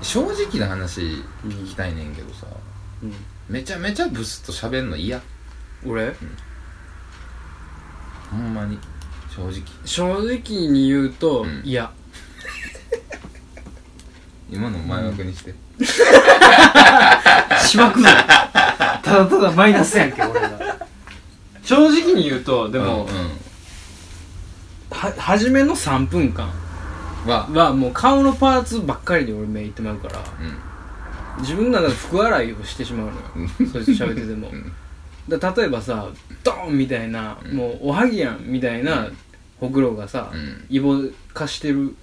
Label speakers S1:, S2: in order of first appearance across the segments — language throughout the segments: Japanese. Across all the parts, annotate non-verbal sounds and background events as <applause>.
S1: 正直な話聞きたいねんけどさ、めちゃめちゃブスと喋んの嫌
S2: 俺
S1: ほんまに正直
S2: 正直に言うと、
S1: うん
S2: いや
S1: 今の前枠にして、
S2: しまくるただただマイナスやんけ俺が正直に言うとで
S1: でう
S2: も、は初めの3分間
S1: んは
S2: はもう顔のパーツばっかりで俺目いってまうから
S1: うん
S2: 自分の中で服洗いをしてしまうのよそいつ喋ってても
S1: うん
S2: だから例えばさドーンみたいな、もうおはぎやんみたいな、ほくろがさ、
S1: うん
S2: イボ化してる
S1: うん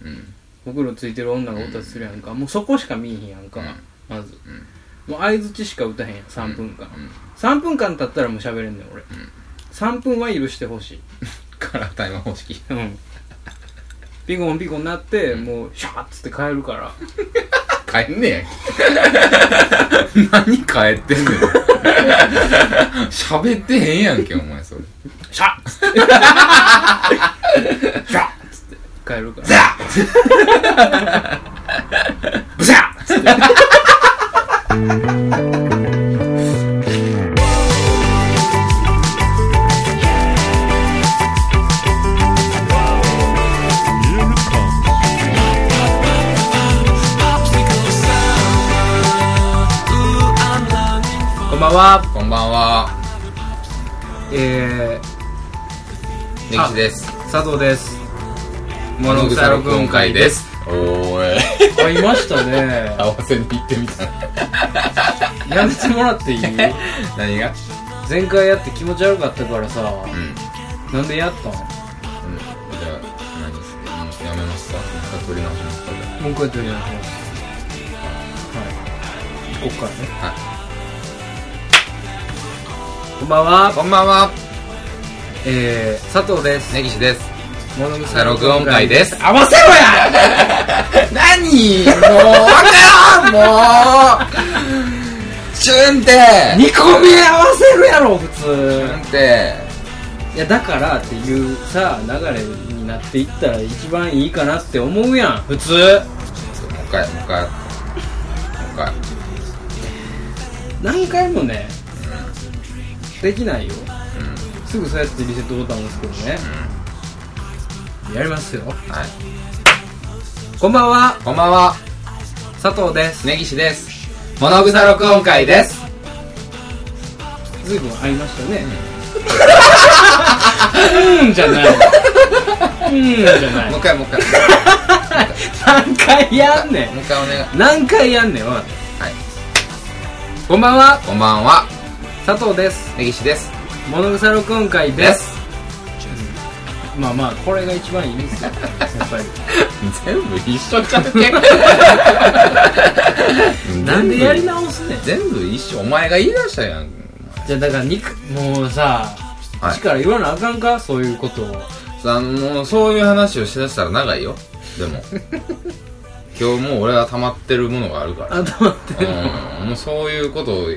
S2: ほくろついてる女がおったとするやんか、もうそこしか見えへんやんか、
S1: うん
S2: まず、もう相づちしか打たへんやん3分間、
S1: うん
S2: 3分間経ったらもう喋れんねん俺、3分は許してほしい
S1: カラータイマー方式
S2: うんピコンピコンなって、もうシャーッつって帰るから
S1: 帰んねや <laughs> 何帰ってんねん喋ってへんやんけお前それ
S2: <laughs> シャーッつ <laughs> ってシャーッつって帰るから
S1: ザッブザッ
S2: こんばんは
S1: こんばんは
S2: えー、
S1: 歴史です
S2: 佐藤です
S1: モノグサ録音会ですおーい
S2: あいました <laughs> ね
S1: <laughs> 合わせに行ってみた
S2: やめてもら <laughs> っていい
S1: <laughs> 何が
S2: 前回やって気持ち悪かったからさ
S1: うんうんじ
S2: なんでやった
S1: ゃあ何ですけどもうやめますかもう一回撮り直しますかじゃ
S2: んもう一回取り直しますはいこっからね
S1: はい
S2: こんばん
S1: あ
S2: は
S1: こんばんは
S2: えー、佐藤です
S1: 根岸です
S2: モノグ
S1: さあ録音会です
S2: 合わせろや
S1: <laughs> 何もうわからんもうシュンって
S2: 2個目合わせるやろ普
S1: シ
S2: 通
S1: ュンって
S2: いやだからっていうさ流れになっていったら一番いいかなって思うやん普通
S1: もう一回もう一回もう一回
S2: 何回もねできないよすぐそうやってリセットボタンを押すけどねやりますよ
S1: うんはい
S2: こんばんは
S1: こんばんは
S2: 佐藤です
S1: 根岸ですモノグサ録音会です
S2: ずいぶん会いましたねうんじゃないうんじゃない
S1: もう一回もう一回
S2: 何回やんねん
S1: もう一回お願い
S2: 何回やんねんはい
S1: はい
S2: こんばんは
S1: こんばんは
S2: 佐藤です
S1: 根岸です
S2: モノグサ録音会
S1: で
S2: です
S1: す
S2: まあまあこれが一番いいです <laughs> よやっぱり
S1: 全部一緒ちゃうけ <laughs>
S2: なんでやり直すねん
S1: 全部一緒お前が言い出したやん
S2: じゃあだから肉もうさ、
S1: はい
S2: 力言わなあかんかそういうことを
S1: さあもうそういう話をしだしたら長いよで
S2: <laughs>
S1: も今日もう俺は溜まってるものがあるから
S2: あと待って
S1: うんもうそういうことを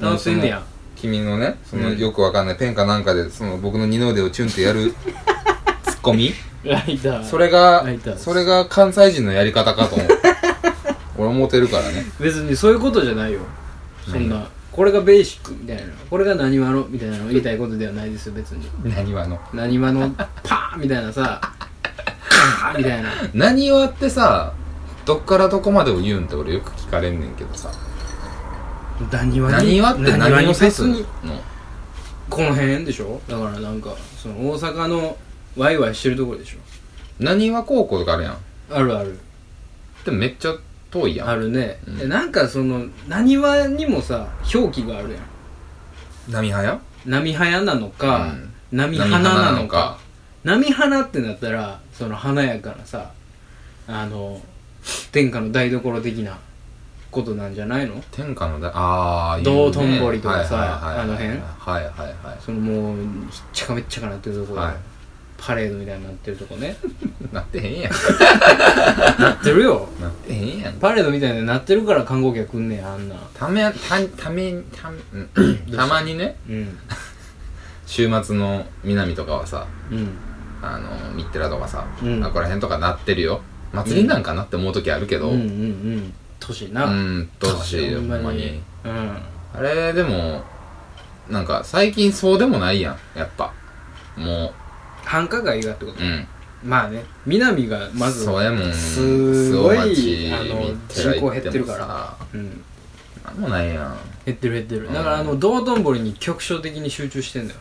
S2: 直せんねや
S1: もうその君のねその
S2: うん
S1: よくわかんないペンかなんかでその僕の二の腕をチュンってや
S2: <laughs>
S1: るツッコミ
S2: ライター
S1: それが
S2: ライターです
S1: それが関西人のやり方かと思う俺思ってるからね
S2: 別にそういうことじゃないよそんなこれがベーシックみたいなこれが何話のみたいなの言いたいことではないですよ別に
S1: 何わの
S2: 何話 <laughs> のパーンみたいなさカーンみたいな
S1: 何わってさどっからどこまでを言うんって俺よく聞かれんねんけどさ
S2: 何話
S1: 何
S2: に
S1: わって何を指す
S2: 何
S1: の
S2: 話にこの辺でしょだからなんかその大阪のワイワイしてるところでしょ
S1: 何わ高校とかあるやん
S2: あるある
S1: でもめっちゃ遠いやん
S2: あるね、
S1: うん
S2: でなんかその何話にもさ表記があるやん
S1: 波早
S2: 波早なのか、
S1: うん
S2: 波花なのか波花ってなったらその華やかなさあの天下の台所的なことなんじゃないの
S1: 天下のだああ
S2: 道頓堀とかさあの辺
S1: はいはいは
S2: そのもうひっちゃかめっちゃかなってるとこ
S1: い
S2: ろ、
S1: は
S2: パレードみたいになってるとこね
S1: いなってへんやん
S2: <laughs> なってるよ
S1: なってへんやん
S2: パレードみたいになってるから観光客来んねんあんな
S1: ためたためためたまにね
S2: うん
S1: 週末の南とかはさ
S2: うん
S1: あの三寺とかさ、
S2: うん
S1: あここら辺とかなってるよ祭りなんかなって思う時あるけど
S2: うん
S1: うん
S2: ううんん年な
S1: どうしようほんまに
S2: うん
S1: あれでもなんか最近そうでもないやんやっぱも
S2: 繁華街がってこと
S1: ううん
S2: まあね南がまず
S1: そうやもん
S2: すごい
S1: 巣
S2: あ
S1: 鴨
S2: の
S1: 町
S2: 人口減ってるか
S1: 寺行
S2: ら
S1: も
S2: うん
S1: さなんもないやん
S2: 減ってる減って
S1: う
S2: る
S1: ん
S2: だからあの道頓堀に局所的に集中してんだよ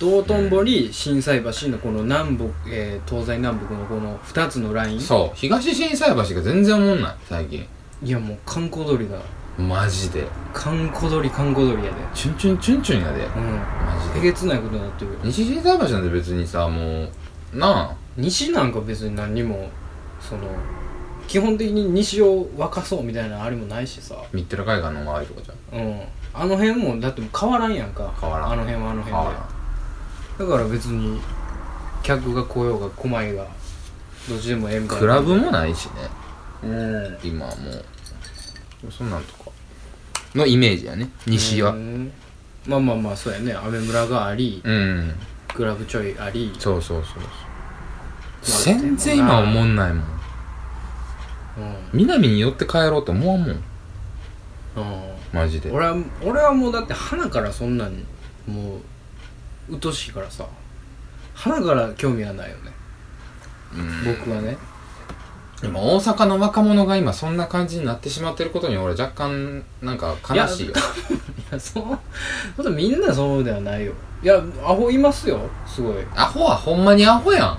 S2: 道頓堀心斎橋のこの南北、えー東西南北のこの2つのライン
S1: そう東心斎橋が全然おもんない最近
S2: いやもう観光鳥だ
S1: マジで
S2: 観光鳥観光鳥やで
S1: チュンチュンチュンチュンやで
S2: うん
S1: マジ
S2: え
S1: で
S2: げつないことになってるよ
S1: 西心斎橋なんて別にさもうなあ
S2: 西なんか別に何にもその基本的に西を沸かそうみたいなあれもないしさ
S1: 三寺海岸の周りとかじゃん
S2: うんあの辺もだってもう変わらんやんか
S1: 変わらん
S2: あの辺はあの辺で
S1: あ
S2: だから別に客が来ようが来まいがどっちでもええみ
S1: あ
S2: たいな
S1: クラブもないしね
S2: うん
S1: 今はもうそんなんとかのイメージやね西
S2: う
S1: は
S2: んまあまあまあそうやねアメ村があり
S1: うん
S2: クラブちょいあり
S1: そうそうそうそう
S2: まあ
S1: 全然今思んないもん
S2: うん
S1: 南に寄って帰ろうって思わんもん
S2: うん
S1: マジで
S2: 俺は俺はもうだって花からそんなんもう疎しいからさ花から興味はないよね
S1: うん
S2: 僕はね
S1: 今大阪の若者が今そんな感じになってしまってることに俺若干なんか悲しいよ
S2: いやそうそんなみんなそうではないよいやアホいますよすごい
S1: アホはほんまにアホやん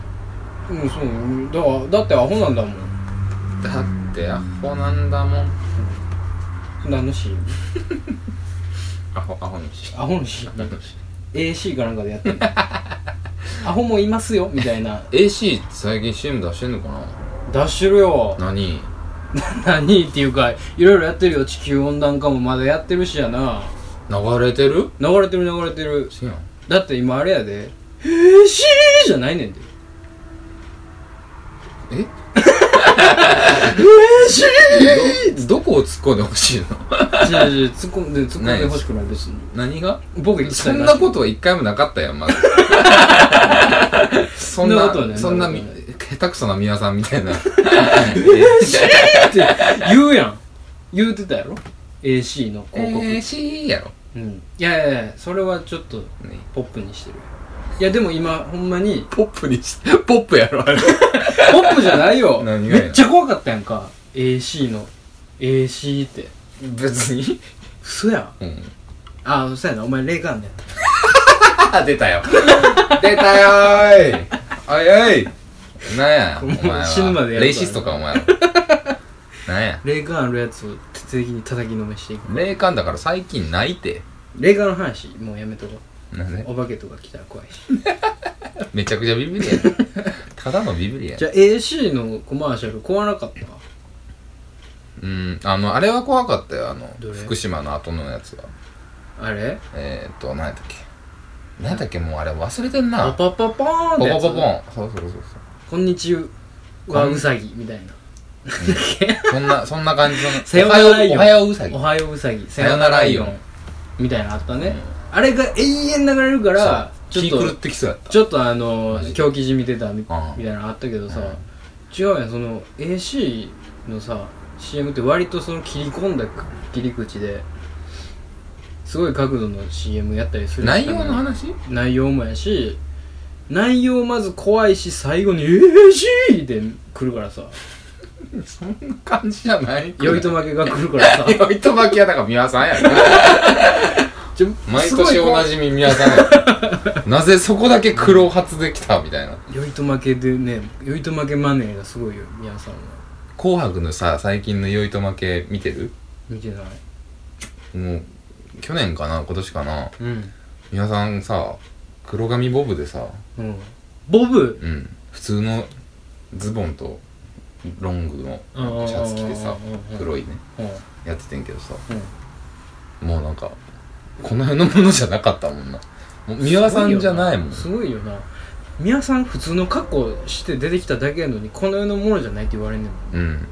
S2: うんそうだからだってアホなんだもん
S1: だってアホなんだもん
S2: 何のシーン
S1: アホアホにし
S2: アホのシーン AC かなんかでやってるアホもいますよみたいな
S1: AC って最近 CM 出してんのかな
S2: 出してるよ
S1: 何
S2: <laughs> 何っていうかいろいろやってるよ地球温暖化もまだやってるしやな
S1: 流れてる
S2: 流れてる流れてる
S1: そうやん
S2: だって今あれやで「えー、しー」じゃないねんで
S1: え
S2: 「えー、し
S1: どどこを突っ込んでほしいの
S2: <laughs> ー」違う違う突っ込んで突っ込んでほしくない別に
S1: 何が
S2: 僕一
S1: そ
S2: 切
S1: ん
S2: な
S1: な
S2: し
S1: ことは一回もなかったやん
S2: <laughs>
S1: まずそん
S2: そんな
S1: な
S2: ことはね
S1: そんな
S2: そん
S1: み
S2: なことは
S1: 下手くそな皆さんみたい
S2: <laughs>
S1: な
S2: って言うやん言うてたやろ AC の広告、
S1: AC やろ
S2: うん、いやいやいやそれはちょっと
S1: ね
S2: ポップにしてるいやでも今ほんまに
S1: ポップにし、ポップやろ、あれ。
S2: ポップじゃないよ
S1: <laughs> 何がや
S2: めっちゃ怖かったやんか AC の AC って
S1: 別に。
S2: 嘘やん
S1: うん。
S2: あ嘘やなお前霊感ね
S1: あ、出たよ。 <laughs> 出たよーい。おいおい。なんや、お
S2: もう
S1: 前は。
S2: 死ぬまでやるから
S1: レイシストか、お前は。なんや。
S2: 霊感あるやつを徹底的に叩きのめしていく
S1: 霊感だから最近ないって。
S2: 霊感の話もうやめとこ
S1: なんで
S2: うお化けとか来たら怖いし
S1: めちゃくちゃビビりや。ただのビビりや
S2: じ。ゃあ AC のコマーシャル怖なかった
S1: うん。あの、あれは怖かったよ、あの
S2: どれ、
S1: 福島の後のやつは。
S2: あれ
S1: えーっと、何やったっけ。何やったっけ、もうあれ忘れてん
S2: パ
S1: な。
S2: パパパーン
S1: ポ
S2: ってや
S1: コ
S2: つ
S1: ポポン。そうそうそうそ
S2: こんにちはうさぎみたいな
S1: う。そんな、そんな感じの。
S2: <laughs> さよなら
S1: おはようおはよううさぎ
S2: お。はよううさぎ
S1: さよならイオン
S2: みたいなのあったね、
S1: うん
S2: あれが永遠流れるからち
S1: そう
S2: ょっ
S1: 気狂っ
S2: と
S1: てきそうやった
S2: ちょっとあの
S1: マジで
S2: 狂気じみてたみみ
S1: うん
S2: たいなのあったけどさ、
S1: うん
S2: 違うやんその AC のさ CM って割とその切り込んだ切り口ですごい角度の CM やったりする
S1: 内容の話
S2: 内容もやし内容まず怖いし最後に「AC!」って来るからさ
S1: そんな感じじゃない
S2: 酔いとまけが来るから
S1: <laughs>
S2: さ
S1: 酔いとまきはだから宮さんや
S2: <laughs>
S1: な
S2: ちょ
S1: 毎
S2: すごい
S1: 年
S2: 怖い
S1: おなじみ宮さんやなぜそこだけ黒髪できたみたいな
S2: 酔いと負けでね酔いと負けマネーがすごいよ皆さんは
S1: 「紅白」のさ最近の酔いとまけ見てる
S2: 見てない
S1: もう去年かな今年かな
S2: うん
S1: 宮さんさ黒髪ボブでさ
S2: うんボブ
S1: うん普通のズボンとロングのシャツ着てさ
S2: うんうんうんうん
S1: 黒いね
S2: うん
S1: やっててんけどさ
S2: うん
S1: もうなんかこの辺のものじゃなかったもんなもう三輪さんじゃないもん
S2: すごいよな宮さん普通の格好して出てきただけやのにこの世のものじゃないって言われんねんもん
S1: うん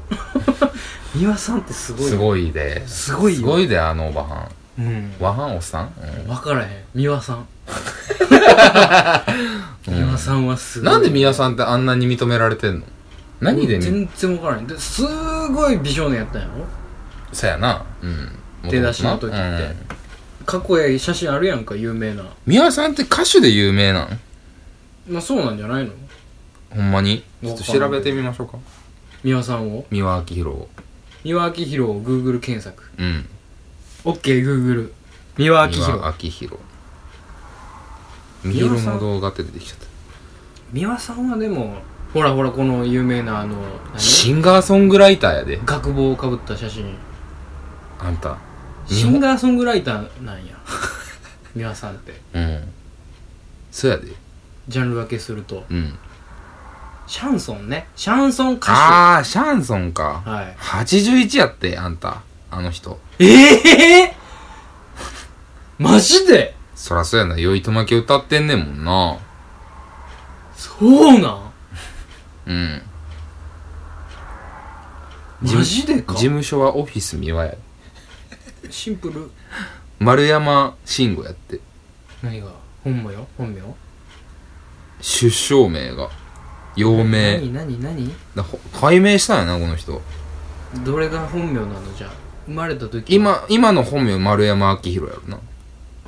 S2: 宮さんってすごいよ
S1: すごいです
S2: すごい
S1: す
S2: よ
S1: ごいであのおばはん
S2: うん
S1: わはんおっさん、うん
S2: 分からへん三輪さん
S1: うん
S2: 三輪さんはすごい <laughs>
S1: なんで三輪さんってあんなに認められてんの何でね
S2: 全然わからないですごい美少年やったんやろ
S1: さやなうん
S2: 出だしの時って
S1: うん
S2: 過去や写真あるやんか有名な
S1: 三輪さんって歌手で有名なの
S2: まあそうなんじゃないの
S1: ほんまにち
S2: わ
S1: ょ
S2: か
S1: っ
S2: ん
S1: と
S2: ない
S1: 調べてみましょうか
S2: 美輪さんを
S1: 三輪明宏を
S2: 美輪明宏を Google 検索
S1: うん
S2: OKGoogle 三輪明
S1: 三輪
S2: 宏
S1: 明宏
S2: 三
S1: ミ
S2: 輪
S1: ール
S2: さん
S1: の動画って出てきちゃった
S2: 美輪さんはでもほらほらこの有名なあの何
S1: シンガーソングライターやで
S2: 学帽をかぶった写真
S1: あんた日
S2: シ
S1: 本
S2: ンガーソングライターな
S1: <laughs>
S2: んや美輪さんって
S1: うんそうやで
S2: ジャンル分けすると
S1: うん
S2: シャンソンねシャンソン歌手
S1: ああシャンソンか
S2: はい
S1: 81やってあんたあの人
S2: ええマジで
S1: そらそうやな酔いとまき歌ってんねんもんな
S2: そうなん
S1: うん
S2: マジでか
S1: 事務所はオフィス三輪や
S2: シンプル
S1: 丸山慎吾やって
S2: 何が本名よ本名
S1: 出生名が陽名
S2: 何何何
S1: だほ解明したんやなこの人
S2: どれが本名なのじゃあ生まれた時
S1: 今今の本名丸山明宏やろな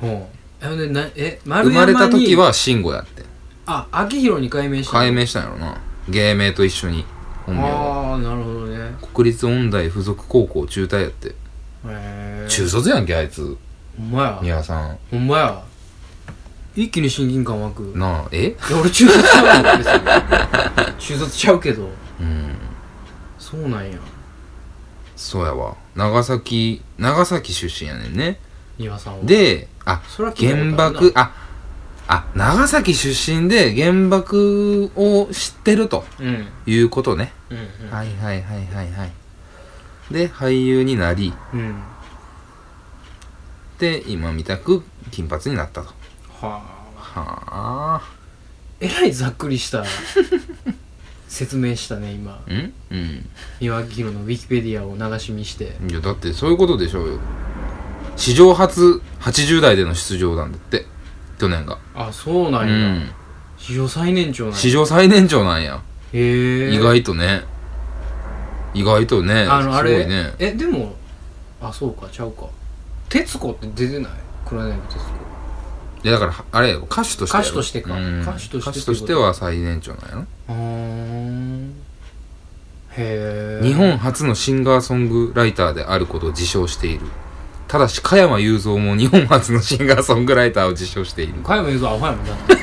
S2: ほうえほんでなえ
S1: 生
S2: 丸
S1: ま
S2: 山
S1: れ
S2: に
S1: た時は慎吾やって
S2: あ秋広に改名したの
S1: 解明したんやろな芸名と一緒に本名は
S2: ああなるほどねへ
S1: 国立音大附属高校中退やって
S2: え
S1: 中卒やんけあいつ
S2: ほんまや
S1: 宮さん
S2: ほんまや一気に親近感湧くい
S1: なあえ
S2: や俺中卒ちゃうわ別に中卒ちゃうけど
S1: うん
S2: そうなんや
S1: そうやわ長崎長崎出身やねんね
S2: 庭さんは
S1: であ
S2: それは聞いた
S1: 原
S2: ことあるな
S1: 爆ああ長崎出身で原爆を知ってると
S2: うんうん
S1: いうことね
S2: うん
S1: はいはいはいはいはいで俳優になり
S2: うんは
S1: で今みたく金髪になったと
S2: あ
S1: はあ
S2: えらいざっくりした
S1: <laughs>
S2: 説明したね今
S1: うんうん
S2: 三輪明宏のウィキペディアを流し見して
S1: いやだってそういうことでしょうよ史上初80代での出場なんだって去年が
S2: あそうな
S1: うん
S2: や、
S1: ん
S2: 史上最年長なんや
S1: 史上最年長なんや
S2: へえ
S1: 意外とね意外とね
S2: あのあ
S1: すご
S2: れ、
S1: いね
S2: えでもあそうかちゃうか徹子って出てない黒柳徹子
S1: いやだからはあれよ歌手としてやろ
S2: 歌手としてか
S1: うん
S2: 歌手として
S1: 歌手としては最年長なんやろ
S2: うーんへえ
S1: 日本初のシンガーソングライターであることを自称しているただし加山雄三も日本初のシンガーソングライターを自称している
S2: 加山雄三アホやもんだって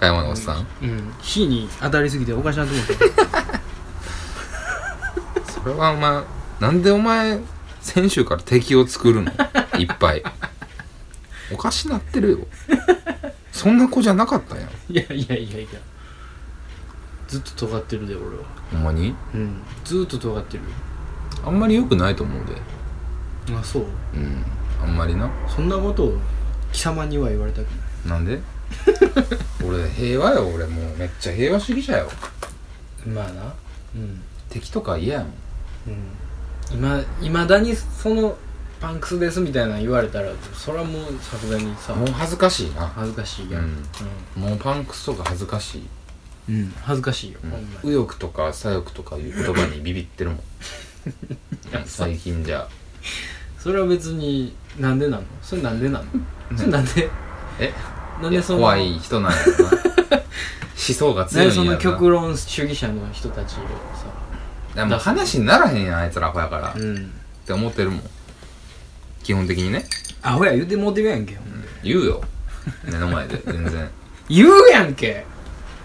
S1: 加山のおっさん
S2: うん火に当たりすぎておかしなと思 <laughs> って
S1: それはお前なんでお前先週から敵を作 <laughs> るのいっぱいおかしなってるよそんな子じゃなかったやん
S2: いやいやいやいやずっと尖ってるで俺は
S1: ほんまに
S2: うんずっと尖ってる
S1: あんまり良くないと思うで
S2: あそう
S1: うんあんまりな
S2: そんなことを貴様には言われたくな
S1: な
S2: い
S1: ん <laughs> で俺平和よ俺もうめっちゃ平和主義者よ
S2: まあなうん
S1: 敵とか嫌やもん
S2: うん今いまだにそのパンクスですみたいなの言われたらそれはもうさすがにさ
S1: もう恥ずかしいな
S2: 恥ずかしいや
S1: うんんもうパンクスとか恥ずかしい、
S2: うん、恥ずかしいよ、ほんまに
S1: 右翼とか左翼とかいう言葉にビビ <laughs> ってるもんうん最近じゃ
S2: それは別になんでなのそれなんでなのそれなんで
S1: え
S2: なん
S1: い
S2: で
S1: や
S2: その
S1: 怖い人なんや
S2: <laughs>
S1: ろな思想が
S2: なん
S1: 強い
S2: で
S1: んや
S2: そ
S1: ろな
S2: の極論主義者の人たちを
S1: でも話にならへんやんあいつらアホやから、
S2: さう
S1: っ
S2: ん
S1: て思ってるもん基本的にね
S2: アホや言うてもうてるやんけ、ほんで
S1: 言う
S2: <laughs>
S1: よ目の前で全然
S2: 言うやんけ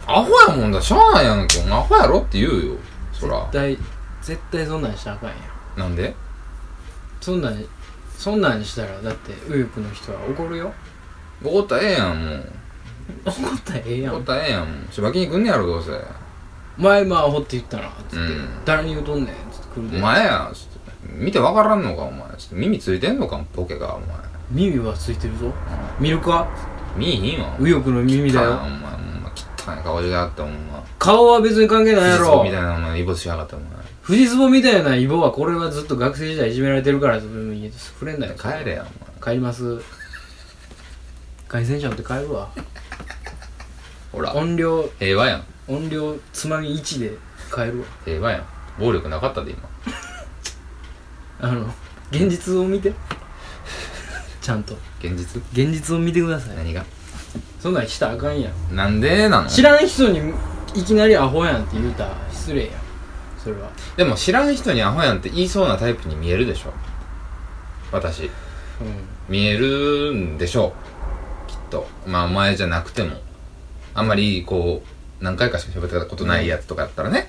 S1: アホやもんだしゃあないやんけお前アホやろって言うよそら
S2: 絶対絶対そんなんしたらあかんやん
S1: なんで
S2: そんなんそんなんしたらだって右翼の人は怒るよ
S1: 怒ったらええやんもう
S2: 怒ったらええや
S1: 怒っ
S2: ん
S1: たらええやんもうしばきに来んねやろどうせ
S2: 前まあアホって言ったなっつって、
S1: うん
S2: 誰に言うとんねんっつって来る
S1: お
S2: で
S1: 前やつって見てわからんのかお前つって耳ついてんのかボケがお前
S2: 耳はついてるぞ見るか
S1: 見えひんわ
S2: 右翼の耳だ
S1: 汚い
S2: よ
S1: お前お前汚い顔しやがってお前
S2: 顔は別に関係ないや
S1: 富士山
S2: ろ
S1: みたいなお前イボしやがってお前
S2: 藤壺みたいなイボはこれはずっと学生時代いじめられてるからそれも言え触れんなよ
S1: 帰れや
S2: 帰ります凱旋者って帰るわ
S1: お前ほら
S2: 音量
S1: 平和やん
S2: 音量つまみ1で変えるわ
S1: 平和やん暴力なかったで今
S2: あの現実を見てちゃんと
S1: 現実
S2: 現実を見てください
S1: 何が
S2: そんなんしたらあかんやん
S1: なんでなの
S2: 知らん人にいきなりアホやんって言うたら失礼やんそれは
S1: でも知らん人にアホやんって言いそうなタイプに見えるでしょ私
S2: うん
S1: 見えるんでしょうきっとまあお前じゃなくてもあんまりこう何回かしか喋ったことないやつとかやったらね、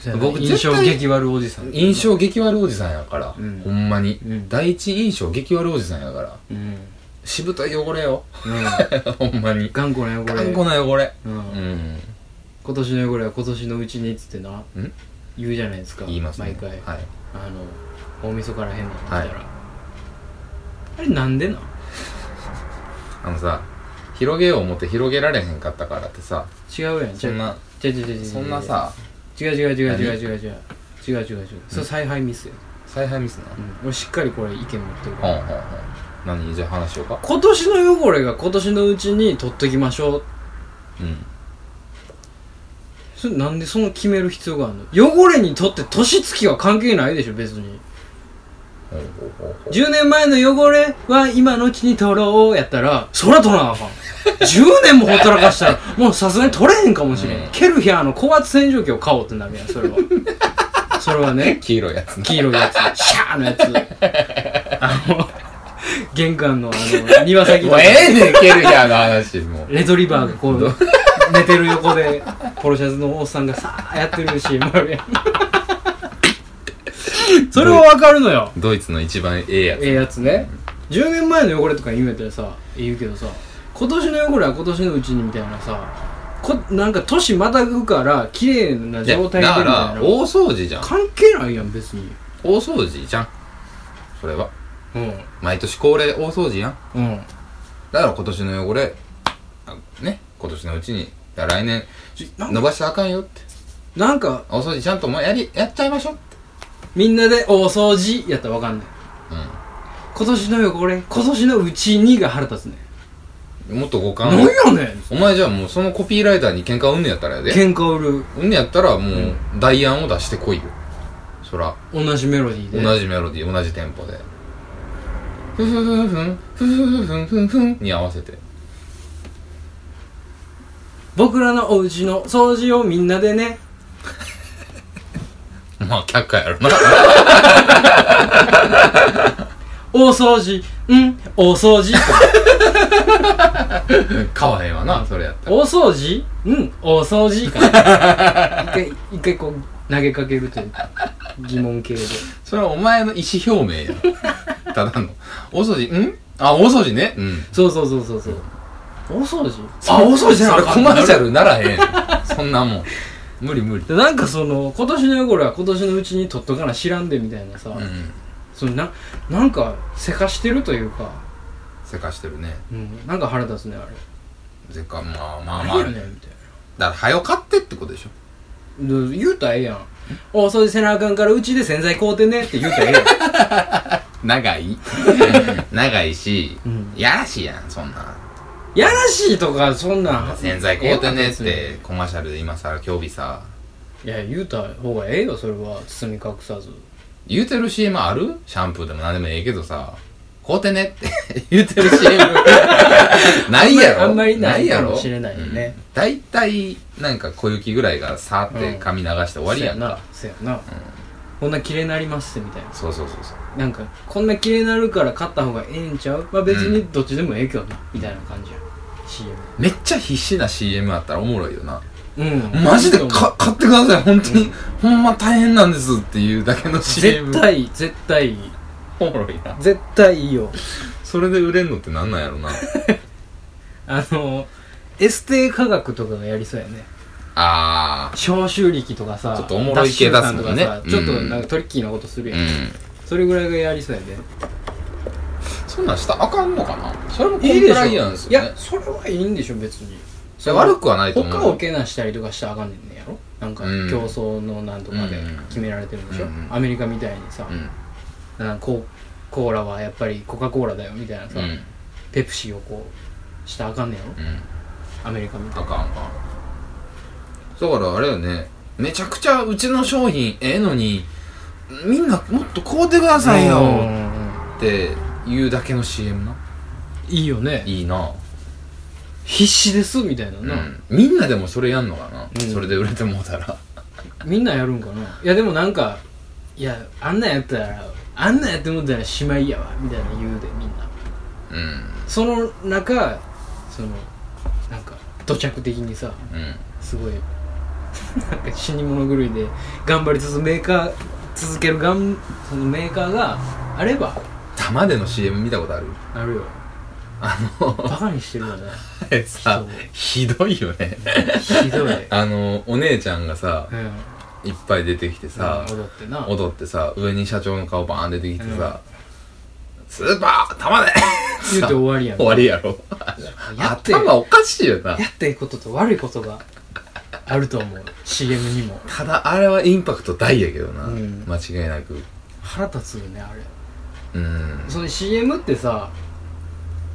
S2: そやな
S1: 僕絶対
S2: 印象激悪おじさん
S1: 印象激悪おじさんやから、
S2: うん
S1: ほんまに、
S2: うん
S1: 第一印象激悪おじさんやから
S2: うんうん
S1: しぶとい汚れよ <laughs> ほんまに
S2: 頑固な汚れ
S1: 頑固な汚れ
S2: う
S1: うんん
S2: 今年の汚れは今年のうちにっつってなん言うじゃないですか
S1: 言いますね
S2: 毎回、
S1: はい
S2: あの大晦日らへんの来たら、
S1: はい
S2: あれなんでなん
S1: あのさ広げよう思って広げられへんかったからってさ
S2: 違うやん
S1: そんな
S2: 違う違う違う違う違う
S1: そんなさ
S2: 違う違う違う違う違う違う違う違う違う違うそれ采配ミスよ、
S1: 采配ミスな
S2: うん、俺しっかりこれ意見持ってるか
S1: ほん
S2: ら
S1: ほんほん何じゃあ話しようか
S2: 今年の汚れが今年のうちに取っときましょう
S1: うん
S2: それなんでその決める必要があるの汚れにとって年月は関係ないでしょ別に
S1: ほうほうほうほう
S2: 10年前の汚れは今のうちに取ろうやったらそら取らなあかん10年もほったらかしたらもうさすがに取れへんかもしれん、
S1: うん
S2: ケルヒャーの高圧洗浄機を買おうってなるやんそれはそれはね
S1: 黄色いや <laughs> つな
S2: 黄色いやつシャーのやつあの玄関のあの庭先と
S1: もう
S2: か
S1: ええねんケルヒャーの話もう
S2: レトリバーがこう寝てる横でポロシャツのおっさんがさあやってる CM あるやんそれはわかるのよ
S1: ドイツの一番ええやつ
S2: ええやつね10年前の汚れとか言うんやったらさ言うけどさ今年の汚れは今年のうちにみたいなさこなんか年またぐから綺麗な状態で
S1: だか
S2: みたいな
S1: ら大掃除じゃん
S2: 関係ないやん別に
S1: 大掃除じゃんそれは
S2: うん
S1: 毎年恒例大掃除やん
S2: うん
S1: だから今年の汚れあね今年のうちにだから来年
S2: なん
S1: 伸ばしたらあかんよって
S2: なんか
S1: 大掃除ちゃんともうやりやっちゃいましょうって
S2: みんなで大掃除やったらわかんない今年の汚れ今年のうちにが腹立つね
S1: うんもっと五感
S2: なんやねん
S1: お前じゃあもうそのコピーライターに喧嘩うんねやったらやで
S2: 喧嘩売る
S1: うんねやったらもう代案を出してこいよそら
S2: 同じメロディーで
S1: 同じメロディー同じテンポでふふふふんふふふふんふんふんに合わせて
S2: 僕らのお家の掃除をみんなでね
S1: まあ却下やろな <laughs>
S2: 大掃除うん大掃 <laughs> 除
S1: 買わへんわなそれやったら
S2: 大掃除うん大掃 <laughs> 除かな一回一回こう投げかけるというか疑問形で
S1: それはお前の意思表明 <laughs> やただの大掃除んあ大掃除ねうん
S2: そうそうそうそうそう大掃除あ大掃除じゃな
S1: そ
S2: あ
S1: れ
S2: か
S1: コ
S2: ん
S1: マーシャルならへんそんなもん無理無理
S2: でなんかその今年の汚れは今年のうちに取っとかな知らんでみたいなさ、
S1: うん
S2: そのななんかせかしてるというか、
S1: せかしてるね
S2: うん、なんか腹立つねあれ
S1: せかまあまあまあ
S2: 何や
S1: だ
S2: ねんみ
S1: か
S2: たいな
S1: ら早よ買ってってことでしょ
S2: で言うたらええやんお掃除せなあかんからうちで洗剤買うてねって言うたらええやん
S1: 長い <laughs> 長いし、
S2: うん
S1: やらしいやんそんな
S2: や
S1: <laughs>
S2: らしいとかそんなん
S1: 洗剤買うてねっ
S2: ええ
S1: てコマーシャルで今さ今日日さ
S2: わ別にいや言うた方がええよそれは包み隠さず
S1: 言うてる CM あるシャンプーでも何でもええけどさ買うて <laughs> ねって言うてる CM
S2: <laughs>
S1: ないやろ
S2: あんまりない
S1: や
S2: か
S1: ろ
S2: もしれないよね
S1: うん大体、なんか小雪ぐらいがさーって髪流して終わりやんか、
S2: せやなせやな、こんな綺麗なりますってみたいな
S1: そうそうそうそう
S2: なんかこんな綺麗なるから買った方がええんちゃうまあ別にどっちでもええけどな、みたいな感じやん CM
S1: めっちゃ必死な CM あったらおもろいよな
S2: うん
S1: マジでか買ってください本当に、ほんま大変なんですっていうだけの CM
S2: 絶対絶対
S1: おもろいな
S2: 絶対いいよ
S1: それで売れんのってなんなんやろ <laughs> な
S2: あのエステ科学とかがやりそうやね
S1: あ
S2: 消臭力とかさ
S1: ちょっとおもろい系出すもんね
S2: ダッシュさんとかさちょっとなんかトリッキーなことす
S1: ー
S2: るや、
S1: うんん
S2: それぐらいがやりそうやで
S1: そんなんしたらあかんのかなそれもコンプライアンス
S2: い
S1: よね
S2: やそれはいいんでしょ別に
S1: いや悪くはないと思う
S2: 他をけなしたりとかしたらあかんねんねやろなんか
S1: うん
S2: 競争のなんとかで
S1: うん
S2: 決められてるんでしょ、
S1: うん
S2: アメリカみたいにさ、
S1: うん
S2: なんかココーラはやっぱりコカ・コーラだよみたいなさ、
S1: うん
S2: ペプシをこうしたらあかんねやろ
S1: うん
S2: アメリカみたい
S1: あかんあかんだからあれよねめちゃくちゃうちの商品ええのにみんなもっと買うてくださいよって言うだけの CM ない
S2: いよね
S1: いいな
S2: 必死ですみたいな
S1: う
S2: な、
S1: んみんなでもそれやんのかな、
S2: うん
S1: それで売れてもうたら
S2: みんなやるんかないやでもなんかいやあんなんやったらあんなんやってもったらしまいやわみたいな言うでみんな
S1: うん
S2: その中そのなんか土着的にさ
S1: うん
S2: すごいなんか死に物狂いで頑張りつつメーカー続けるがんそのメーカーがあれば
S1: 玉での CM 見た
S2: <laughs>
S1: ことある
S2: あるよ
S1: あの
S2: バカにしてるよね
S1: あれさひどいよ
S2: <laughs>
S1: ね <laughs>
S2: ひどい、
S1: あのお姉ちゃんがさ
S2: うん、
S1: いっぱい出てきてさ、
S2: 踊ってな
S1: 踊ってさ上に社長の顔バーン出てきてさ、スーパー玉で
S2: 言うて終わりやん
S1: 終わりやろ
S2: やって
S1: 頭おかしいよな
S2: やっていいことと悪いことがあると思う CM にも
S1: ただあれはインパクト大やけどな、
S2: うん
S1: 間違いなく
S2: 腹立つよねあれ
S1: うん
S2: その CM ってさ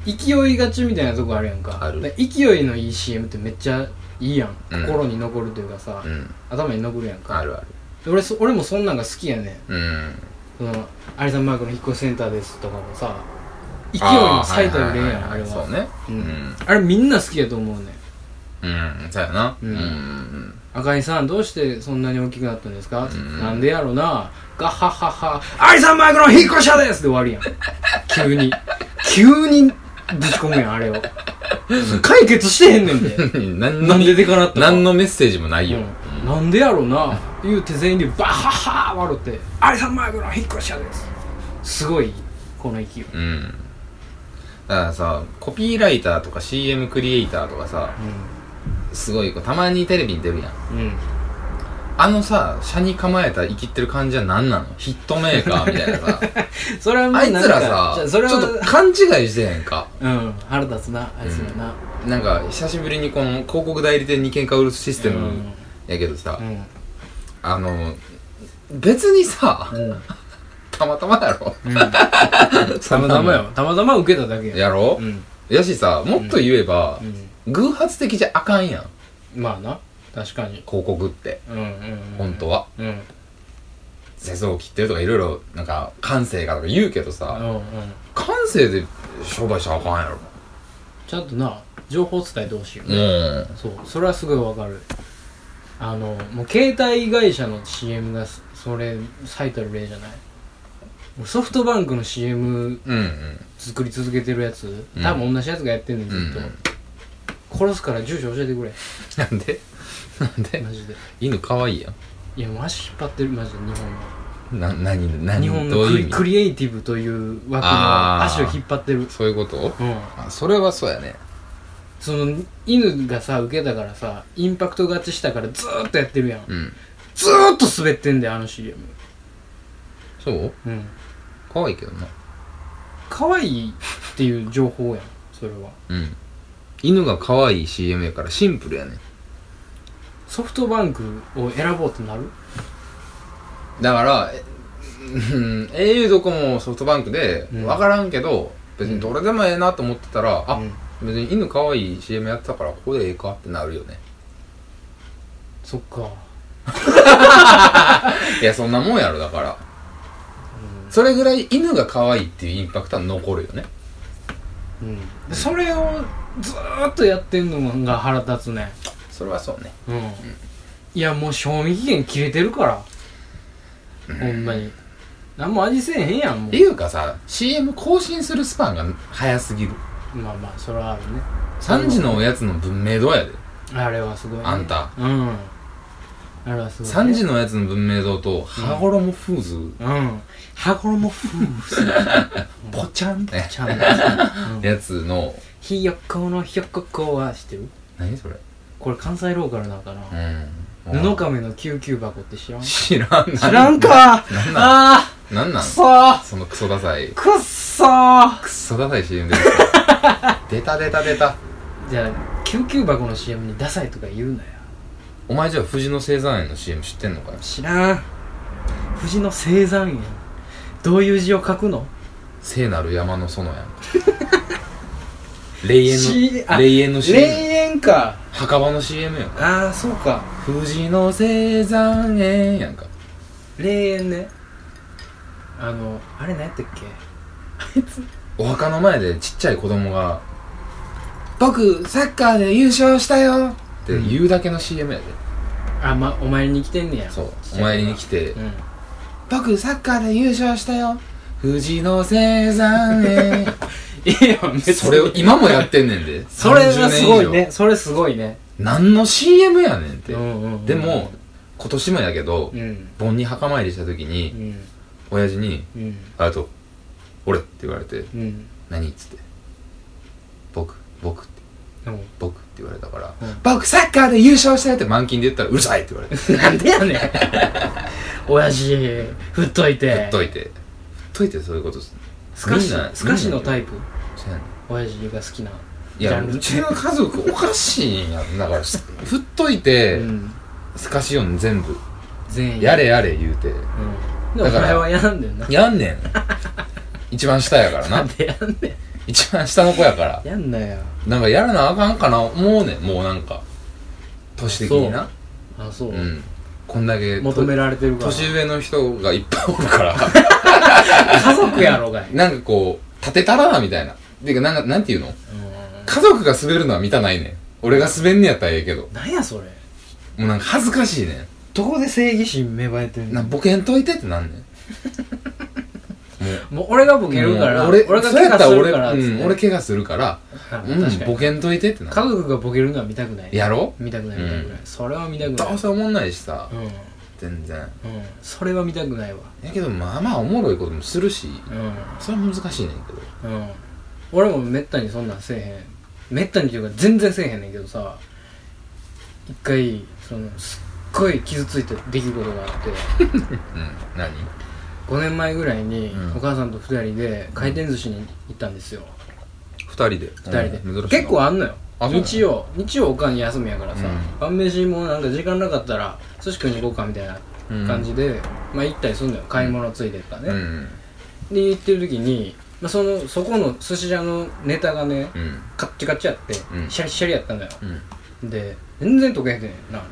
S2: 勢いがちみたいなとこあるやんか
S1: ある
S2: で勢いのいい CM ってめっちゃいいやん、
S1: うん
S2: 心に残るというかさ、
S1: うん
S2: 頭に残るやんか
S1: あるある
S2: で俺そ俺もそんなんが好きやねん
S1: うん
S2: その「有田マークの引っ越しセンターです」とかもさ勢いの最たる例やん
S1: あー
S2: あ
S1: はいはいはい
S2: れ
S1: はいそう
S2: は
S1: ね
S2: う
S1: うんん
S2: あれみんな好きやと思うねん
S1: うんそうやな
S2: う
S1: うんんうん
S2: 赤井さんどうしてそんなに大きくなったんですか、
S1: ん
S2: なんでやろなガッハッハッハアリさんマイクの引っ越し屋ですで終わりやん急に急にぶち込むやんあれを解決してへんねんで
S1: 何
S2: <laughs> な
S1: の
S2: んででかなったか
S1: 何のメッセージもないよ、
S2: うんなんでやろな言うて全員でバッハッハ笑ってアリさんマイクの引っ越し屋ですすごいこの勢い
S1: うんだからさコピーライターとか CM クリエイターとかさすごいこうたまにテレビに出るやん
S2: うんうん
S1: あのさ車に構えた生きってる感じは何なのヒットメーカーみたいなさ
S2: そ <laughs> れはもう
S1: あいつ
S2: なん
S1: ら
S2: か
S1: さ
S2: じゃあ
S1: ち
S2: それは
S1: ょっと勘違いしてへんか
S2: うん腹立つなあいつらな
S1: なんか久しぶりにこの広告代理店に喧嘩売るシステムやけどさ、
S2: うん
S1: あの別にさ
S2: うん
S1: たまたまやろ <laughs>
S2: うんたまたまよ。たまたま受けただけや。
S1: やろ
S2: う、ん。
S1: やしさもっと言えば
S2: う、ん。
S1: 偶発的じゃあかんやん
S2: まあな。確かに。
S1: 広告って
S2: うんうん、うん。
S1: 本当は
S2: うん。うん
S1: 世相を切ってるとかいろいろなんか感性がとか言うけど
S2: う
S1: さ、
S2: ん。
S1: 感性で商売したらあかんやろ
S2: ちゃんとな、情報伝えてほしいよね。
S1: うん
S2: そう。それはすごいわかる。あの、もう携帯会社の CM がそ、それ、最たる例じゃないもうソフトバンクの CM
S1: うんうん
S2: 作り続けてるやつ、
S1: うん
S2: 多分同じやつがやってんねん、ず
S1: うん
S2: っと。殺すから住所教えてくれ。
S1: なんでなんで
S2: マジで。
S1: 犬かわいいや
S2: いや、マジ引っ張ってる、マジで、日本の。
S1: んな何で何
S2: 日本
S1: ど
S2: の
S1: う
S2: ク
S1: いう意
S2: リ
S1: 味
S2: クリエイティブという枠の
S1: あー
S2: 足を引っ張ってる、
S1: そういうこと
S2: うん、
S1: あそれはそうやね
S2: その犬がさ受けたからさインパクト勝ちしたからずーっとやってるやん
S1: うん
S2: ずーっと滑ってんだよあの CM
S1: そう
S2: うん
S1: かわいいけどな
S2: 可愛いっていう情報やんそれは
S1: うん犬がかわいい CM やからシンプルやね
S2: ソフトバンクを選ぼうってなる
S1: だからえうん au ドコモソフトバンクで
S2: うん
S1: 分からんけど、別にどれでもええなと思ってたら、あ
S2: うん
S1: 別に犬かわいい CM やってたからここでええかってなるよね
S2: そっか
S1: いやそんなもんやろだから、それぐらい犬が可愛いっていうインパクトは残るよね
S2: うんでそれをずーっとやってんのが腹立つね
S1: それはそうね
S2: うん、いやもう賞味期限切れてるから、ほんまに何も味せえへんやんもう
S1: っていうかさ CM 更新するスパンが早すぎる
S2: まあまあそれはあるね
S1: 3時のおやつの文明堂やで
S2: あれはすごい、ね、
S1: あんた
S2: うんあれはすごい、ね、
S1: 3時のおやつの文明堂と羽衣フーズ
S2: うん羽衣夫婦
S1: ポチャンって
S2: ちゃんだ、うん、
S1: やつの
S2: ひよっこのひよっここは知ってる
S1: 何それ
S2: これ関西ローカルなんかな、
S1: うん
S2: 布亀の救急箱って知らん知
S1: 知らん知
S2: らんか
S1: なんなん
S2: あ
S1: なん
S2: ー
S1: な
S2: く
S1: ん
S2: そー
S1: そのクソダサい
S2: くっそー
S1: クソダサい CM 出てきた <laughs> 出た出た出た
S2: じゃあ救急箱の CM にダサいとか言うなよ
S1: お前じゃあ富士の生産園の CM 知ってんのかよ
S2: 知らん藤の生山園どういう字を書くの
S1: 聖なる山の園やん霊園
S2: C-
S1: の
S2: あ <laughs>
S1: 霊園の
S2: 霊
S1: CM
S2: 園か
S1: 墓場の CM やん
S2: ああそうか
S1: 藤の生山園やんか
S2: 霊園ねあのあれ何やったっけあいつ
S1: お墓の前でちっちゃい子供が「僕サッカーで優勝したよ!」って言うだけの CM やで、
S2: あまお参りに来てんねや
S1: そうお参りに来て
S2: うん
S1: 「僕サッカーで優勝したよ藤の生山 <laughs> 園
S2: い <laughs> いよ別」に
S1: それを今もやってんねんで
S2: それはすごい
S1: 30年以
S2: ねそれすごいね
S1: 上何の CM やねんって、
S2: うんうんうん
S1: でも今年もやけど、
S2: うん
S1: 盆に墓参りした時
S2: う
S1: に
S2: ん
S1: 親父に
S2: うん
S1: 「あと俺」って言われて
S2: うん
S1: 「何?」っつって「僕僕」って
S2: うん
S1: 「僕」って言われたから「
S2: うん
S1: 僕サッカーで優勝したよ」って満金で言ったら「うるさい!」って言われて
S2: <laughs> なんでやねん <laughs> 親父振っといて
S1: 振っといて振っといてそういうことっすね
S2: スカシ
S1: みんな
S2: スカシのタイプ
S1: そうやねん
S2: 親父が好きないジャ
S1: や
S2: ンル
S1: うちの家族おかしいんやだからす振っといて、
S2: うん
S1: すかしよん全部
S2: 全員
S1: やれやれ言うて
S2: うんでも
S1: だ
S2: お
S1: から
S2: 前はやんで
S1: <laughs>
S2: んな
S1: やんねん一番下やから
S2: な
S1: なん
S2: でやんね
S1: 一番下の子やから
S2: んやんなよ
S1: なんかやらなあかんかな思うねんもうなんか年的にな
S2: あそううん
S1: こんだけ
S2: 求められてるから
S1: 年上の人がいっぱいおるから <laughs>
S2: 家族やろがい
S1: なんかこう立てたらなみたいなてかなんかなんて <laughs> いうの
S2: うん
S1: 家族が滑るのは見たないねん俺が滑んねやったらええけど
S2: なんやそれ
S1: もうなんか恥ずかしいね
S2: どこで正義心芽生えてん
S1: んな
S2: の
S1: ボケんといてってなんねん
S2: もう俺がボケるから
S1: もう俺
S2: 俺が
S1: そう
S2: 怪
S1: やったら
S2: 我す
S1: 俺
S2: るからっつって
S1: うん、俺怪我するから、
S2: あ
S1: うん、
S2: 確か
S1: ボ
S2: に
S1: ケんといてってな
S2: 家族がボケるのは見たくない
S1: やろ
S2: 見たくない見たくないそれは見たくな
S1: どう
S2: い
S1: せおもんないしさ、
S2: うん
S1: 全然
S2: うんそれは見たくないわ
S1: やけどまあまあおもろいこともするし
S2: う
S1: それは難しいねんけど
S2: んうん俺もめったにそんなんせえへんめったにというか全然せえへんねんけどさ一回そのすっごい傷ついた出来事があって
S1: うん何
S2: 5年前ぐらいに
S1: うん
S2: お母さんと2人で回転寿司に行ったんですよ
S1: 二人で
S2: 2人で、
S1: うん珍しいな
S2: 結構あんのよ
S1: あそうなの
S2: 日曜日曜おかん休みやからさ、
S1: うん
S2: 晩飯もなんか時間なかったら寿司食いに行こうかみたいな感じで、まあ行ったりすんのよ買い物ついてったね、
S1: うん
S2: で行ってる時に、まあ、そのそこの寿司屋のネタがね、
S1: うん
S2: カッチカチやって、
S1: うん
S2: シャリシャリやったのよ
S1: うん
S2: で全然溶けへんねんなみ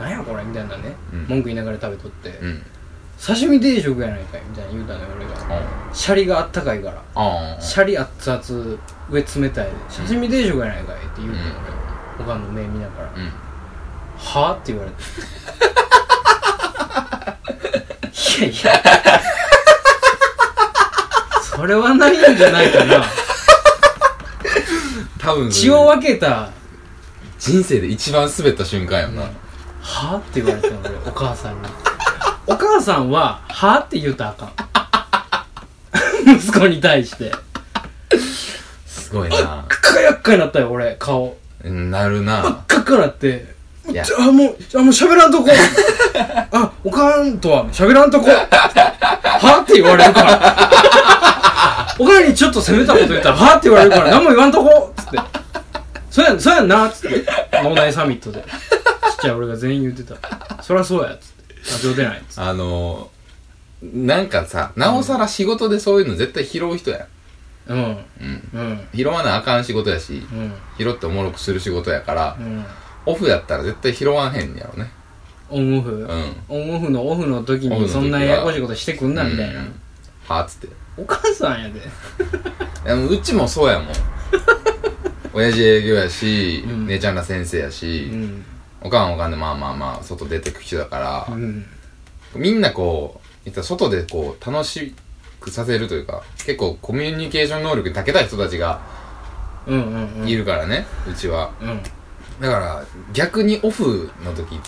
S2: たいななんやこれみたいなね、
S1: うん
S2: 文句言いながら食べとって、
S1: うん
S2: 刺身定食やないかいみたいな言うたのよ俺
S1: あ
S2: が
S1: ー
S2: シャリがあったかいから
S1: あー
S2: シャリ熱々上冷たいで刺身定食やないかいって言うてんの俺おかんの目見ながら
S1: う
S2: 「
S1: ん
S2: はあ?」って言われていやいやそれはないんじゃないかな
S1: 多分
S2: 血を分けた
S1: 人生で一番滑った瞬間や
S2: 「
S1: んな、
S2: はあ?」って言われたの俺お母さんにお母さんは「はあ?」って言うたらあかん息子に対して
S1: すごいな
S2: カカヤッカになったよ俺顔
S1: うんなるな
S2: カッカなって
S1: いや
S2: あもうあもう喋らん
S1: <laughs>
S2: とこあおかんとは喋らんとこはって言われるからおかんにちょっと責めたこと言ったらはって言われるから何も言わんとこつってそうやんそうやんなつって脳内サミットでちっちゃい俺が全員言ってたそりゃそうやつってあ冗談ないつって
S1: あのー、なんかさなおさら仕事でそういうの絶対拾う人やん
S2: うんうん
S1: 拾わなあかん仕事やし
S2: うん
S1: 拾っておもろくする仕事やから
S2: う、ん
S1: オフやったら絶対拾わんへんやろね
S2: オンオフ、
S1: うん
S2: オンオフのオフの時
S1: オフの時
S2: に
S1: は
S2: そんなややこしいことしてくんなみたいな、
S1: うんはあっつって
S2: お母さんやで
S1: でもうちもそう
S2: <laughs>
S1: やもん親父営業やし、
S2: うん
S1: 姉ちゃんら先生やし、
S2: うん
S1: おかんはおかんでまあまあまあ外出てく人だか
S2: う
S1: ら、
S2: ん
S1: みんなこう言ったら外でこう楽しくさせるというか結構コミュニケーション能力に長けた人たちが
S2: うんうんうん
S1: いるからね、うちは
S2: うん
S1: だから逆にオフの時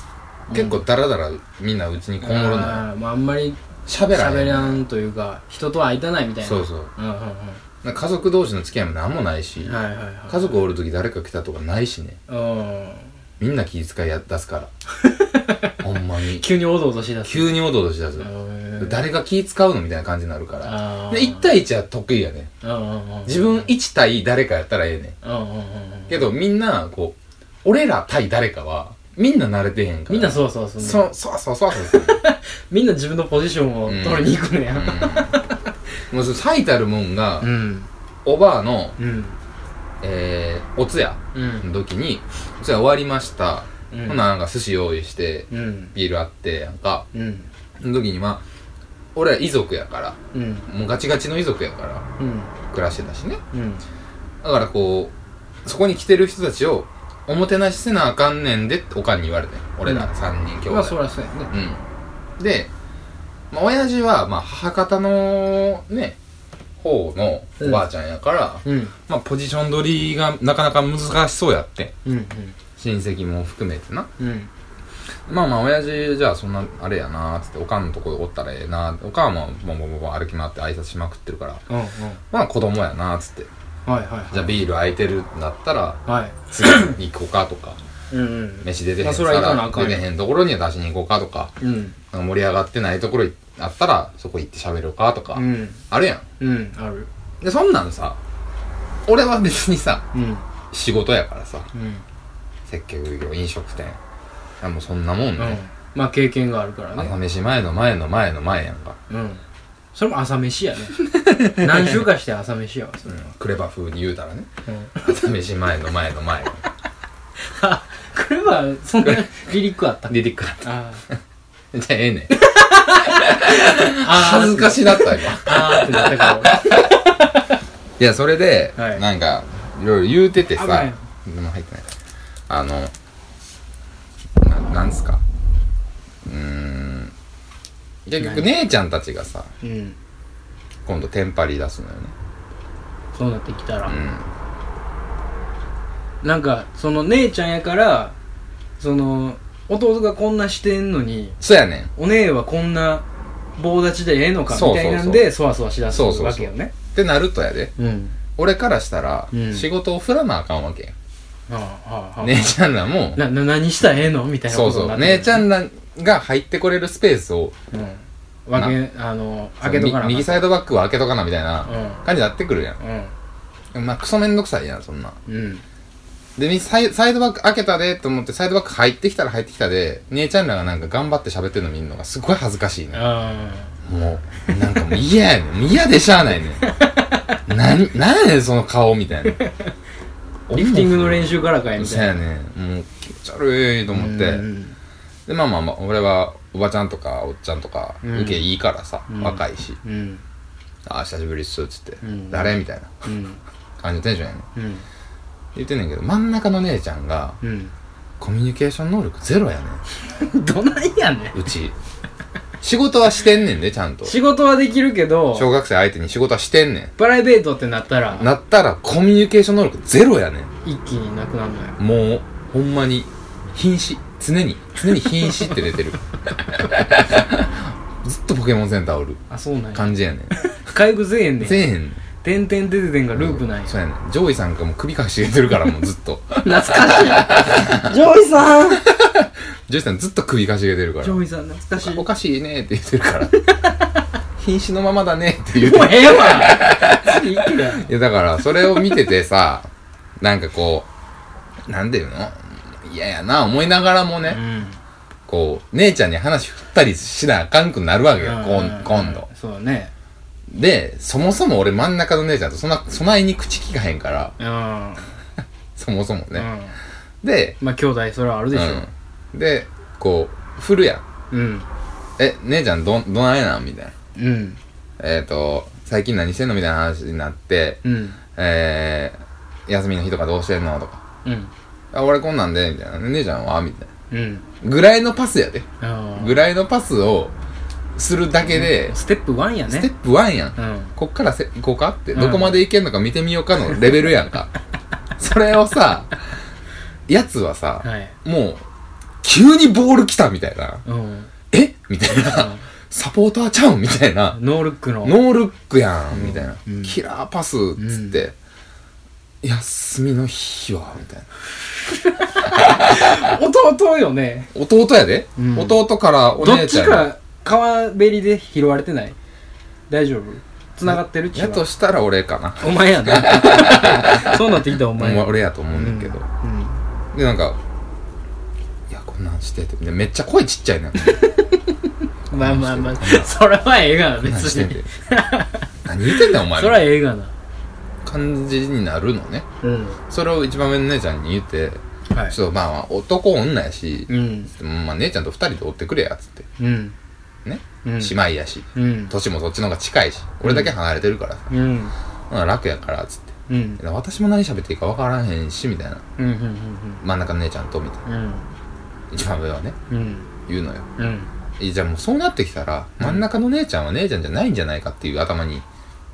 S1: 結構ダラダラみんなうちにこもるのよ
S2: あーまああんまり
S1: 喋らへ
S2: 喋
S1: ん
S2: らんというか人とは会いたないみたいな
S1: そうそう
S2: うんうんうんは
S1: なんか家族同士の付き合いも何もないし、
S2: いはいはい
S1: 家族おる時誰か来たとかないしね
S2: うん
S1: みんな気遣いや出すから
S2: <laughs>
S1: ほんまに
S2: 急におどおどしだす
S1: 急におどおどしだす、
S2: 誰
S1: 誰が気使うのみたいな感じになるから
S2: あー
S1: で1対1は得意やね
S2: うんうんうん
S1: 自分1対誰かやったらええねん
S2: うんうんうんうん
S1: けどみんなこう俺ら対誰かはみんな慣れてへんから
S2: みんなそうそうそう
S1: そうそうそう
S2: <laughs>
S1: そうそう
S2: みんな自分のポジションを取りに行くのや
S1: うんもうその最たるもんが、
S2: ん
S1: おばあの、
S2: うん
S1: えー、お通夜
S2: う
S1: の
S2: ん
S1: 時に、お通夜終わりました。
S2: うん
S1: ほんならなんか寿司用意して
S2: うん
S1: ビールあってなんか
S2: うん
S1: その時にまあ俺ら遺族やから
S2: うん
S1: もうガチガチの遺族やから
S2: うん
S1: 暮らしてたしね
S2: うん
S1: だからこうそこに来てる人たちをおもてなしせなあかんねんでっておかんに言われてん俺ら3人兄弟、
S2: まあそりゃそうやね
S1: うん。で、まあ、親父は、まあ、母方のね、方のおばあちゃんやから、
S2: うん
S1: まあ、ポジション取りがなかなか難しそうやって。
S2: うん
S1: 親戚も含めてな。
S2: うんうん
S1: まあまあ、親父、じゃあ、そんな、あれやなーっつって、おかんのとこおったらええなーおかんはもう、ボンボンボンボン歩き回って挨拶しまくってるから、
S2: うんうん
S1: まあ、子供やなーっつって。
S2: はいはい
S1: じゃあ、ビール空いてるんだったら、
S2: はい
S1: 次に行こうかとか、
S2: うんうん
S1: 飯出てへ
S2: ま
S1: ん
S2: あそれは行かなあかん
S1: 出てへんところには出しに行こうかとか、
S2: うん
S1: なんか盛り上がってないところあったらそこ行って喋ろうかとか、
S2: うん
S1: あるや
S2: うんある
S1: んでそんなんさ俺は別にさ
S2: うん
S1: 仕事やからさ
S2: うん
S1: 接客業飲食店あもうそんなもん
S2: うん
S1: ね、
S2: まあ経験があるからね
S1: 朝飯前の前の前の前やんか、
S2: うんそれも朝飯 <laughs> やね何週かして朝飯やわそれ
S1: うん、クレバ風に言うたらね
S2: うん
S1: 朝飯前の前の
S2: <laughs>
S1: 前
S2: あこれはそ <laughs> んなリリックあった
S1: リリックだっ
S2: あ
S1: たじゃあええねん
S2: あ
S1: <laughs> 恥ずか
S2: い
S1: しなった今
S2: あーってなったから
S1: いやそれで、
S2: はい
S1: なんかいろいろ言うてて
S2: 危な
S1: さ
S2: い
S1: でも入ってないあのななんすかうーん結局姉ちゃんたちがさ
S2: うん
S1: 今度テンパり出すのよね
S2: そうなってきたら、
S1: う
S2: なんかその姉ちゃんやからその弟がこんなしてんのに
S1: んそうやねん
S2: お姉はこんな棒立ちでええのか
S1: そう
S2: み
S1: そうそ
S2: た
S1: う
S2: いなんでそわそわしだす
S1: そうそうそう
S2: わけよね
S1: ってなるとやで
S2: うん
S1: 俺からしたら、
S2: うん
S1: 仕事を振らなあかんわけ
S2: ああああああ
S1: やん姉ちゃんらも
S2: なな何したらええのみたいな
S1: そうそう姉ちゃんらが入ってこれるスペースを
S2: ん、うん、わけあの開けとかな
S1: み右サイドバックは開けとかなみたいな
S2: う
S1: 感じになってくるやん
S2: ん
S1: まあクソめんどくさいやんそんなん
S2: うん
S1: でみサイサイドバック開けたでと思ってサイドバック入ってきたら入ってきたで姉ちゃんらがなんか頑張って喋ってるの見るのがすごい恥ずかしいね
S2: あ
S1: もうなんかもう嫌やねんもう嫌でしゃあ
S2: <laughs>
S1: ないねんなんなんやねんその顔みたいな
S2: あ <laughs> リフティングの練
S1: 習
S2: 習からかいみ
S1: そ
S2: た
S1: う
S2: いな
S1: やねんもう気持ち悪いと思って
S2: うん
S1: でまあまあまあ俺はおばちゃんとかおっちゃんとか
S2: うん
S1: 受けいいからさ、
S2: うん
S1: 若いし
S2: うん
S1: 「ああ久しぶりっす」っつって「
S2: うん
S1: 誰?」みたいな
S2: うん
S1: 感じのテンションやねん
S2: うん
S1: 言ってんねんけど真ん中の姉ちゃんが
S2: うん
S1: コミュニケーション能力ゼロやねん
S2: どないやねん
S1: う
S2: <laughs>
S1: ち仕事はしてんねんでちゃんと
S2: 仕事はできるけど
S1: 小学生相手に仕事はしてんね
S2: プライベートってなったら
S1: んなったらコミュニケーション能力ゼロやねん
S2: 一気になくなるのよ
S1: もうほんまに瀕死常に常に瀕死って出てる <laughs> ずっとポケモンセンターおる
S2: あそうなんや
S1: 感じやねん
S2: 回復せえへんねん
S1: せえへん
S2: てんてんてんてんがループなんや
S1: そうやねん上位さんがもう首かしげてるからもうずっと
S2: 懐かしいジョイさん
S1: 上位さんずっと首かしげてるから
S2: ジョイさん懐かしい
S1: お
S2: もう
S1: かしいねって言ってるから
S2: <laughs>
S1: 瀕死のままだねって言ってる
S2: ええわ次行くで
S1: いやだからそれを見ててさなんかこうなんていうの嫌やな思いながらもね、こう姉ちゃんに話振ったりしなあかんくなるわけよ、こん今度
S2: そうね
S1: でそもそも俺真ん中の姉ちゃんとそんな備えに口聞かへんから
S2: うん
S1: そもそも
S2: う
S1: ね、
S2: ん
S1: で、
S2: まあ兄弟それはある
S1: う
S2: でしょ
S1: ん、でこう振るやん
S2: うん
S1: え姉ちゃんどどないなんみたいな
S2: うん
S1: えっ、ー、と最近何してんのみたいな話になって
S2: うん
S1: えー、休みの日とかどうしてんのとか
S2: うん
S1: あ俺こんなんでみたいな姉ちゃんはみたいな
S2: うん
S1: ぐらいのパスやで。
S2: あ
S1: ぐらいのパスをするだけで
S2: ー、ステップ1や
S1: ステ
S2: ね
S1: ップ1やん。
S2: うん
S1: こっからせ行こうかって、
S2: うん
S1: どこまで行けんのか見てみようかのレベルや
S2: <laughs>
S1: んか。それをさ、やつはさ、
S2: はい
S1: もう、急にボール来たみたいな。
S2: うん
S1: えみたいな。サポーターちゃうんみたいな。
S2: ノールックの
S1: ノールックやんみたいな。
S2: うん
S1: キラーパスっつって、休みの日はみたいな。
S2: 弟よね
S1: 弟やで、
S2: うん
S1: 弟からお
S2: どっ
S1: 姉ち
S2: ち
S1: ゃんに
S2: か川べりで拾われてない大丈夫繋がってる血
S1: やと
S2: は
S1: したら俺かな。
S2: お前やな
S1: <laughs>
S2: そうなってきたお前
S1: まあ、俺やと思うんだけど、
S2: うん
S1: でなんか「いやこんなんして」ってでめっちゃ声ちっちゃいなこ
S2: まあまあまあそれはええがなん
S1: なん
S2: <laughs> 別
S1: してん
S2: に
S1: て何言ってんだよお前
S2: それはええがな
S1: 感じになるのね
S2: うん
S1: それを一番上の姉ちゃんに言って
S2: はい
S1: ちょっとまあまあ男女やし、
S2: うん
S1: うんまあ、姉ちゃんと二人で追ってくれや、つって。
S2: うん
S1: ね。
S2: うん
S1: 姉妹やし。
S2: うん
S1: 年もそっちの方が近いし。俺だけ離れてるからさ。
S2: うん
S1: うん、楽やから、つって。
S2: うん
S1: で私も何喋っていいか分からへんし、みたいな。
S2: うんうんうん
S1: 真ん中の姉ちゃんと、みたいな。
S2: うん
S1: 一番上はね、
S2: うん
S1: 言うのよ。
S2: うん
S1: えじゃあもうそうなってきたら、真ん中の姉ちゃんは姉ちゃんじゃないんじゃないかっていう頭に。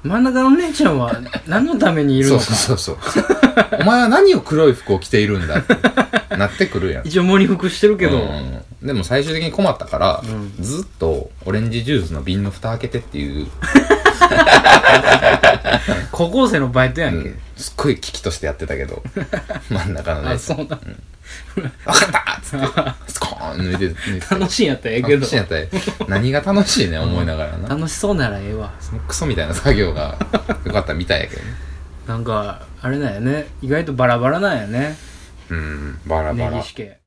S2: 真ん中の姉ちゃんは何のためにいる
S1: そ
S2: の
S1: う
S2: か
S1: そうそうそう。 <laughs> お前は何を黒い服を着ているんだってなってくるやん。
S2: 一応喪に服してるけど、
S1: うんでも最終的に困ったから、
S2: ん
S1: ずっとオレンジジュースの瓶の蓋開けてっていう、
S2: 高校生のバイトやんけ、
S1: うんすっごい危機としてやってたけ
S2: <laughs>
S1: ど真ん中のね
S2: あそうだ、
S1: 分かったっつってスコーン抜いて抜いて
S2: 楽しいんやったらええけど
S1: 楽しいんやったら何が楽しいね思いながらな
S2: 楽しそうならええわ
S1: そのクソみたいな作業がよかったみたいやけどね
S2: なんかあれなんやね意外とバラバラなんやね
S1: うんバラバ
S2: 根
S1: ラ
S2: 岸家